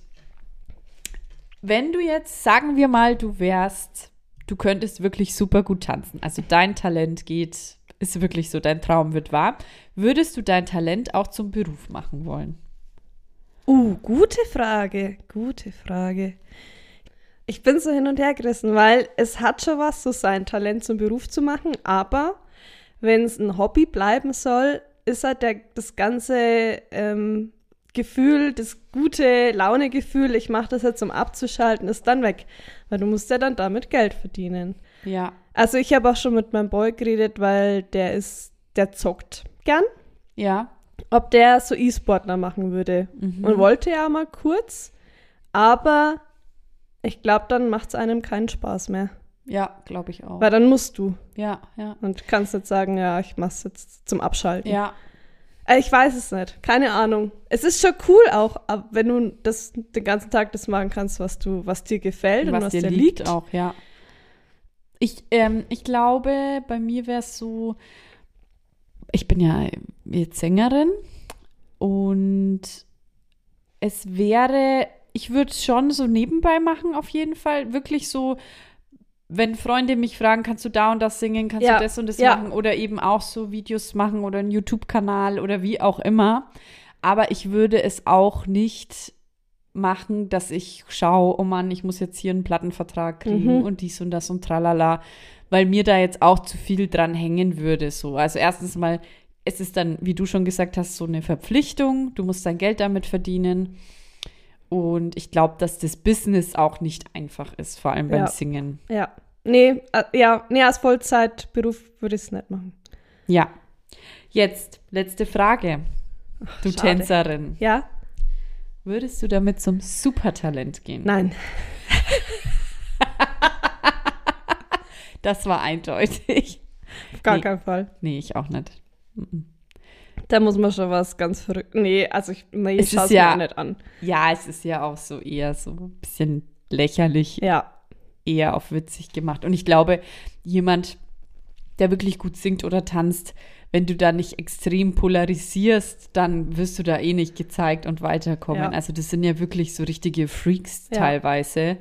S2: Wenn du jetzt, sagen wir mal, du wärst, du könntest wirklich super gut tanzen. Also dein Talent geht, ist wirklich so, dein Traum wird wahr. Würdest du dein Talent auch zum Beruf machen wollen?
S3: Uh, gute Frage. Gute Frage. Ich bin so hin und her gerissen, weil es hat schon was, so sein Talent zum Beruf zu machen, aber wenn es ein Hobby bleiben soll, ist halt der, das ganze ähm, Gefühl, das gute Launegefühl, ich mache das jetzt, um abzuschalten, ist dann weg. Weil du musst ja dann damit Geld verdienen.
S2: Ja.
S3: Also ich habe auch schon mit meinem Boy geredet, weil der ist, der zockt gern.
S2: Ja.
S3: Ob der so E-Sportler machen würde. Und wollte ja mal kurz. Aber ich glaube, dann macht es einem keinen Spaß mehr.
S2: Ja, glaube ich auch.
S3: Weil dann musst du.
S2: Ja, ja.
S3: Und kannst jetzt sagen, ja, ich mach's jetzt zum Abschalten.
S2: Ja,
S3: Äh, Ich weiß es nicht. Keine Ahnung. Es ist schon cool auch, ab- wenn du das den ganzen Tag das machen kannst, was du, was dir gefällt und was dir liegt.
S2: auch, ja. Ich, ähm, ich glaube, bei mir wäre es so, ich bin ja jetzt Sängerin und es wäre, ich würde es schon so nebenbei machen auf jeden Fall, wirklich so, wenn Freunde mich fragen, kannst du da und das singen, kannst
S3: Ja,
S2: du das und das
S3: ja.
S2: machen oder eben auch so Videos machen oder einen YouTube-Kanal oder wie auch immer. Aber ich würde es auch nicht machen, dass ich schaue, oh Mann, ich muss jetzt hier einen Plattenvertrag kriegen
S3: Mhm.
S2: und dies und das und tralala, weil mir da jetzt auch zu viel dran hängen würde. So. Also erstens mal, es ist dann, wie du schon gesagt hast, so eine Verpflichtung, du musst dein Geld damit verdienen. Und ich glaube, dass das Business auch nicht einfach ist, vor allem beim
S3: Ja.
S2: Singen.
S3: Ja. Nee, äh, ja, nee, als Vollzeitberuf würde ich es nicht machen.
S2: Ja. Jetzt, letzte Frage. Du
S3: schade.
S2: Tänzerin,
S3: Ja?
S2: würdest du damit zum Supertalent gehen?
S3: Nein.
S2: Das war eindeutig.
S3: Auf gar
S2: Nee.
S3: keinen Fall.
S2: Nee, ich auch nicht. Mhm.
S3: Da muss man schon was ganz verrückt. Nee, also ich, nee,
S2: Es
S3: ich
S2: ist
S3: schaue es
S2: ja-
S3: mir auch nicht an.
S2: Ja, es ist ja auch so eher so ein bisschen lächerlich,
S3: Ja.
S2: eher auf witzig gemacht. Und ich glaube, jemand, der wirklich gut singt oder tanzt, wenn du da nicht extrem polarisierst, dann wirst du da eh nicht gezeigt und weiterkommen.
S3: Ja.
S2: Also das sind ja wirklich so richtige Freaks
S3: Ja.
S2: teilweise.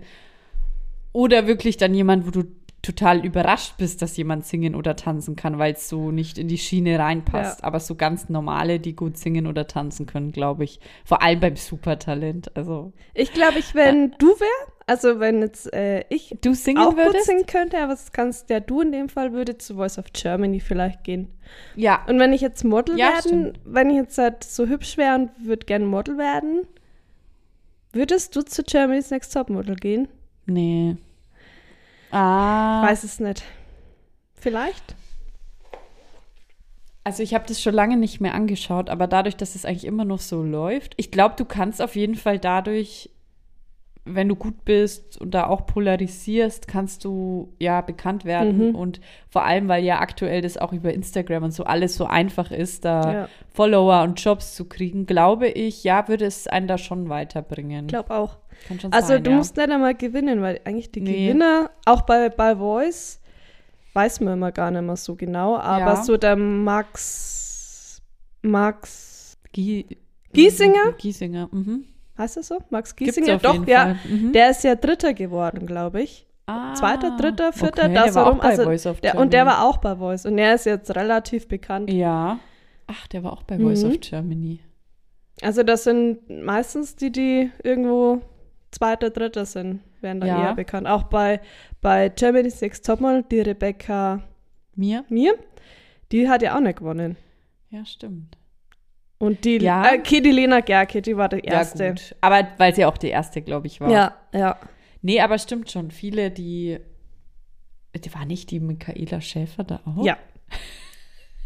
S2: Oder wirklich dann jemand, wo du total überrascht bist, dass jemand singen oder tanzen kann, weil es so nicht in die Schiene reinpasst. Aber so ganz normale, die gut singen oder tanzen können, glaube ich. Vor allem beim Supertalent. Also
S3: Ich glaube, ich, wenn du wär, also wenn jetzt äh, ich
S2: du singen
S3: Äh. auch gut
S2: würdest?
S3: singen könnte, aber das kannst ja du in dem Fall, würde zu Voice of Germany vielleicht gehen.
S2: Ja,
S3: Und wenn ich jetzt Model
S2: Ja,
S3: werden, wenn ich jetzt halt so hübsch wäre und würde gerne Model werden, würdest du zu Germany's Next Top Model gehen?
S2: Nee. Ah.
S3: Weiß es nicht. Vielleicht?
S2: Also ich habe das schon lange nicht mehr angeschaut, aber dadurch, dass es eigentlich immer noch so läuft, ich glaube, du kannst auf jeden Fall dadurch, wenn du gut bist und da auch polarisierst, kannst du ja bekannt werden.
S3: Mhm.
S2: Und vor allem, weil ja aktuell das auch über Instagram und so alles so einfach ist, da
S3: Ja.
S2: Follower und Jobs zu kriegen, glaube ich, ja, würde es einen da schon weiterbringen.
S3: Ich glaube auch.
S2: Kann schon
S3: Also
S2: sein,
S3: du
S2: ja.
S3: musst nicht einmal gewinnen, weil eigentlich die
S2: Nee.
S3: Gewinner, auch bei, bei Voice, weiß man immer gar nicht mehr so genau, aber
S2: Ja.
S3: so der Max, Max,
S2: Gie-
S3: Giesinger?
S2: Giesinger, mhm.
S3: heißt er so? Max
S2: Gibt's
S3: Giesinger?
S2: auf
S3: Doch,
S2: jeden
S3: ja.
S2: Fall. Mhm.
S3: Der ist ja Dritter geworden, glaube ich.
S2: Ah,
S3: Zweiter, dritter, vierter,
S2: okay,
S3: da
S2: der
S3: so
S2: war auch
S3: rum.
S2: bei
S3: Also
S2: Voice of
S3: Der, und der
S2: Germany.
S3: war auch bei Voice und der ist jetzt relativ bekannt.
S2: Ja. Ach, der war auch bei Voice
S3: Mhm.
S2: of Germany.
S3: Also das sind meistens die, die irgendwo Zweiter, Dritter sind, werden dann
S2: Ja.
S3: eher bekannt. Auch bei, bei Germany's Next Topmodel, die Rebecca
S2: Mir?
S3: Mir, die hat ja auch nicht gewonnen.
S2: Ja, stimmt.
S3: Und die,
S2: Ja.
S3: äh, okay, die Lena Gerke, die war die erste.
S2: Ja, gut. Aber weil sie auch die erste, glaube ich, war.
S3: ja, ja.
S2: Nee, aber stimmt schon. Viele, die. die War nicht die Michaela Schäfer da auch?
S3: Ja.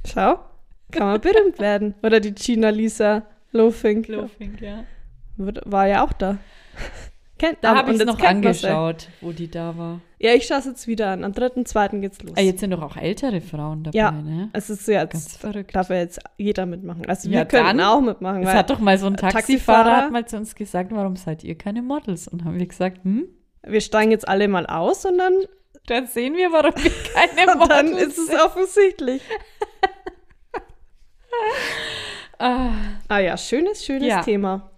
S3: Schau, kann man berühmt werden. Oder die Gina Lisa Lofink
S2: Klofink, ja.
S3: wird- war ja auch da. Kennt,
S2: Da
S3: aber-
S2: habe
S3: und
S2: ich es
S3: jetzt
S2: noch
S3: kennt man's ja.
S2: angeschaut, wo die da war.
S3: Ja, ich schaue es jetzt wieder an. Am 3.2. geht's los.
S2: Ah, jetzt sind doch auch ältere Frauen dabei,
S3: Ja.
S2: ne?
S3: Es ist jetzt,
S2: Ganz verrückt.
S3: darf ja jetzt jeder mitmachen. Also
S2: Ja,
S3: wir könnten
S2: dann.
S3: auch mitmachen.
S2: Es
S3: Weil,
S2: hat doch mal so ein Taxifahrer,
S3: Taxifahrer-
S2: hat mal zu uns gesagt, warum seid ihr keine Models? Und haben wir gesagt, hm,
S3: wir steigen jetzt alle mal aus und dann,
S2: dann sehen wir, warum wir keine Models
S3: und dann ist es offensichtlich.
S2: Ah.
S3: Ah ja, schönes, schönes
S2: Ja.
S3: Thema.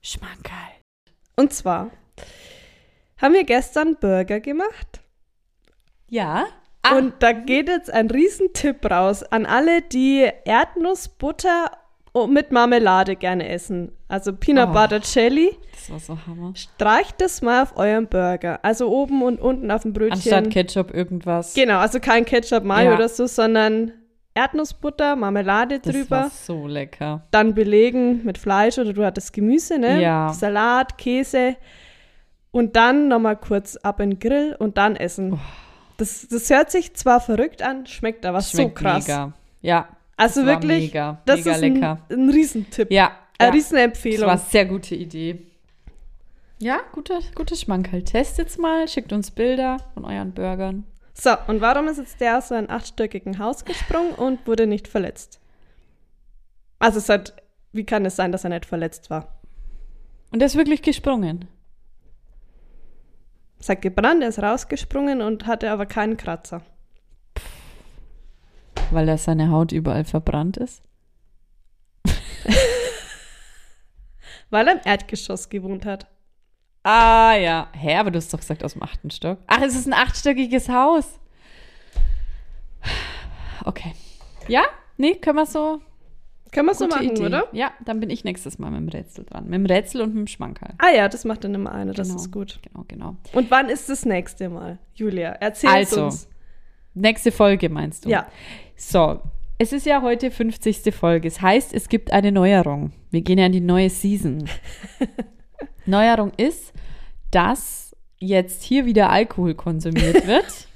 S2: Schmankerl.
S3: Und zwar haben wir gestern Burger gemacht.
S2: Ja. Ah,
S3: Und da geht jetzt ein Riesentipp raus an alle, die Erdnussbutter und mit Marmelade gerne essen. Also Peanut
S2: Oh.
S3: Butter Jelly.
S2: Das war so Hammer.
S3: Streicht das mal auf euren Burger. Also oben und unten auf dem Brötchen.
S2: Anstatt Ketchup irgendwas.
S3: Genau, also kein Ketchup, Mayo
S2: Ja.
S3: oder so, sondern Erdnussbutter, Marmelade
S2: das
S3: drüber.
S2: war so lecker.
S3: Dann belegen mit Fleisch oder du hattest Gemüse, ne?
S2: Ja.
S3: Salat, Käse. Und dann nochmal kurz ab in den Grill und dann essen.
S2: Oh.
S3: Das, das hört sich zwar verrückt an, schmeckt aber
S2: Schmeckt
S3: so krass.
S2: mega. Ja.
S3: Also
S2: das war
S3: wirklich,
S2: mega,
S3: das
S2: mega
S3: ist ein,
S2: lecker.
S3: ein Riesentipp.
S2: Ja.
S3: Eine
S2: ja. Das
S3: Riesenempfehlung.
S2: war eine sehr gute Idee. Ja, guter, guter Schmankerl. Testet's mal, schickt uns Bilder von euren Burgern.
S3: So, und warum ist jetzt der aus seinem achtstöckigen Haus gesprungen und wurde nicht verletzt? Also es hat, wie kann es sein, dass er nicht verletzt war?
S2: Und der ist wirklich gesprungen.
S3: Es hat gebrannt, er ist rausgesprungen und hatte aber keinen Kratzer.
S2: Weil er seine Haut überall verbrannt ist.
S3: Weil er im Erdgeschoss gewohnt hat.
S2: Ah ja. Hä, aber du hast doch gesagt aus dem achten Stock. Ach, es ist ein achtstöckiges Haus. Okay. Ja? Nee, können wir so.
S3: Können wir so
S2: gute
S3: machen,
S2: Idee.
S3: oder?
S2: Ja, dann bin ich nächstes Mal mit dem Rätsel dran. Mit dem Rätsel und mit dem Schmankerl.
S3: Ah ja, das macht dann immer einer, das
S2: Genau.
S3: ist gut.
S2: Genau, genau.
S3: Und wann ist das nächste Mal? Julia, erzähl
S2: Also,
S3: uns.
S2: Nächste Folge meinst du?
S3: Ja,
S2: So, es ist ja heute 50. Folge. Es heißt, es gibt eine Neuerung. Wir gehen ja in die neue Season. Neuerung ist, dass jetzt hier wieder Alkohol konsumiert wird.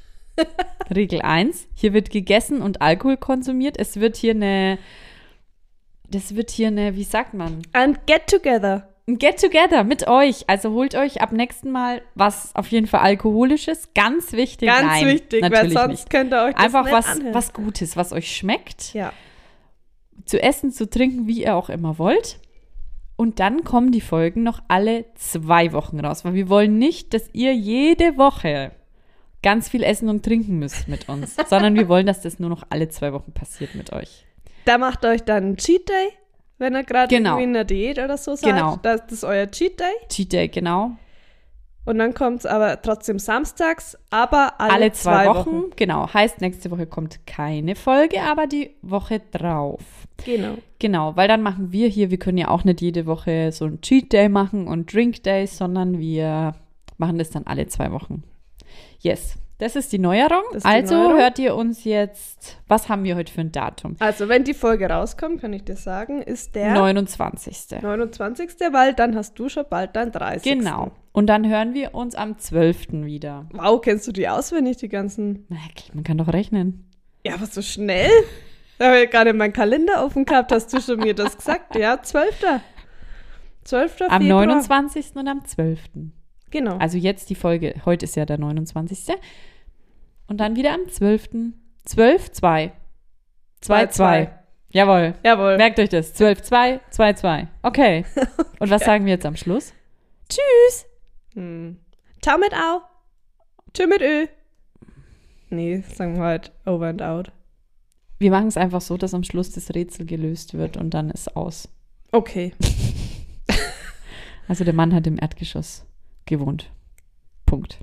S2: Regel 1. Hier wird gegessen und Alkohol konsumiert. Es wird hier eine. Das wird hier eine, wie sagt man?
S3: and get together.
S2: Ein Get-Together mit euch. Also holt euch ab nächsten Mal was auf jeden Fall Alkoholisches. Ganz wichtig.
S3: Ganz
S2: Nein,
S3: wichtig, weil
S2: natürlich
S3: sonst
S2: nicht.
S3: könnt ihr euch das
S2: Einfach
S3: nicht
S2: was,
S3: anhören.
S2: was Gutes, was euch schmeckt.
S3: Ja,
S2: Zu essen, zu trinken, wie ihr auch immer wollt. Und dann kommen die Folgen noch alle zwei Wochen raus, weil wir wollen nicht, dass ihr jede Woche ganz viel essen und trinken müsst mit uns, sondern wir wollen, dass das nur noch alle zwei Wochen passiert mit euch.
S3: Da macht euch dann einen Cheat Day, wenn ihr gerade
S2: Genau.
S3: irgendwie in einer Diät oder so seid.
S2: Genau.
S3: Das ist euer Cheat Day.
S2: Cheat Day, genau.
S3: Und dann kommt es aber trotzdem samstags, aber alle,
S2: Alle, zwei, Wochen. Genau. Heißt, nächste Woche kommt keine Folge, aber die Woche drauf.
S3: Genau.
S2: Genau, weil dann machen wir hier, wir können ja auch nicht jede Woche so einen Cheat Day machen und Drink Day, sondern wir machen das dann alle zwei Wochen. Yes, das ist die Neuerung.
S3: Das ist die
S2: also
S3: Neuerung.
S2: hört ihr uns jetzt, was haben wir heute für ein Datum?
S3: Also, wenn die Folge rauskommt, kann ich dir sagen, ist der
S2: 29.
S3: 29. Weil dann hast du schon bald dein 30.
S2: Genau. Und dann hören wir uns am 12. wieder.
S3: Wow, kennst du die auswendig, die ganzen?
S2: Na, Man kann doch rechnen.
S3: Ja, aber so schnell? Da habe ich gerade meinen Kalender offen gehabt, hast du schon mir das gesagt. Ja, 12. 12.
S2: Am
S3: Februar.
S2: 29. und am 12.
S3: Genau.
S2: Also jetzt die Folge, heute ist ja der 29. Und dann wieder am 12. 12, 2. 2, 2. Jawohl.
S3: Jawohl.
S2: Merkt euch das. 12, 2, 2, 2. Okay. Und was sagen wir jetzt am Schluss? Tschüss.
S3: Hm. Ciao mit Au. Tschö mit Ö. Nee, sagen wir halt over and out.
S2: Wir machen es einfach so, dass am Schluss das Rätsel gelöst wird und dann ist aus.
S3: Okay.
S2: Also der Mann hat im Erdgeschoss gewohnt. Punkt.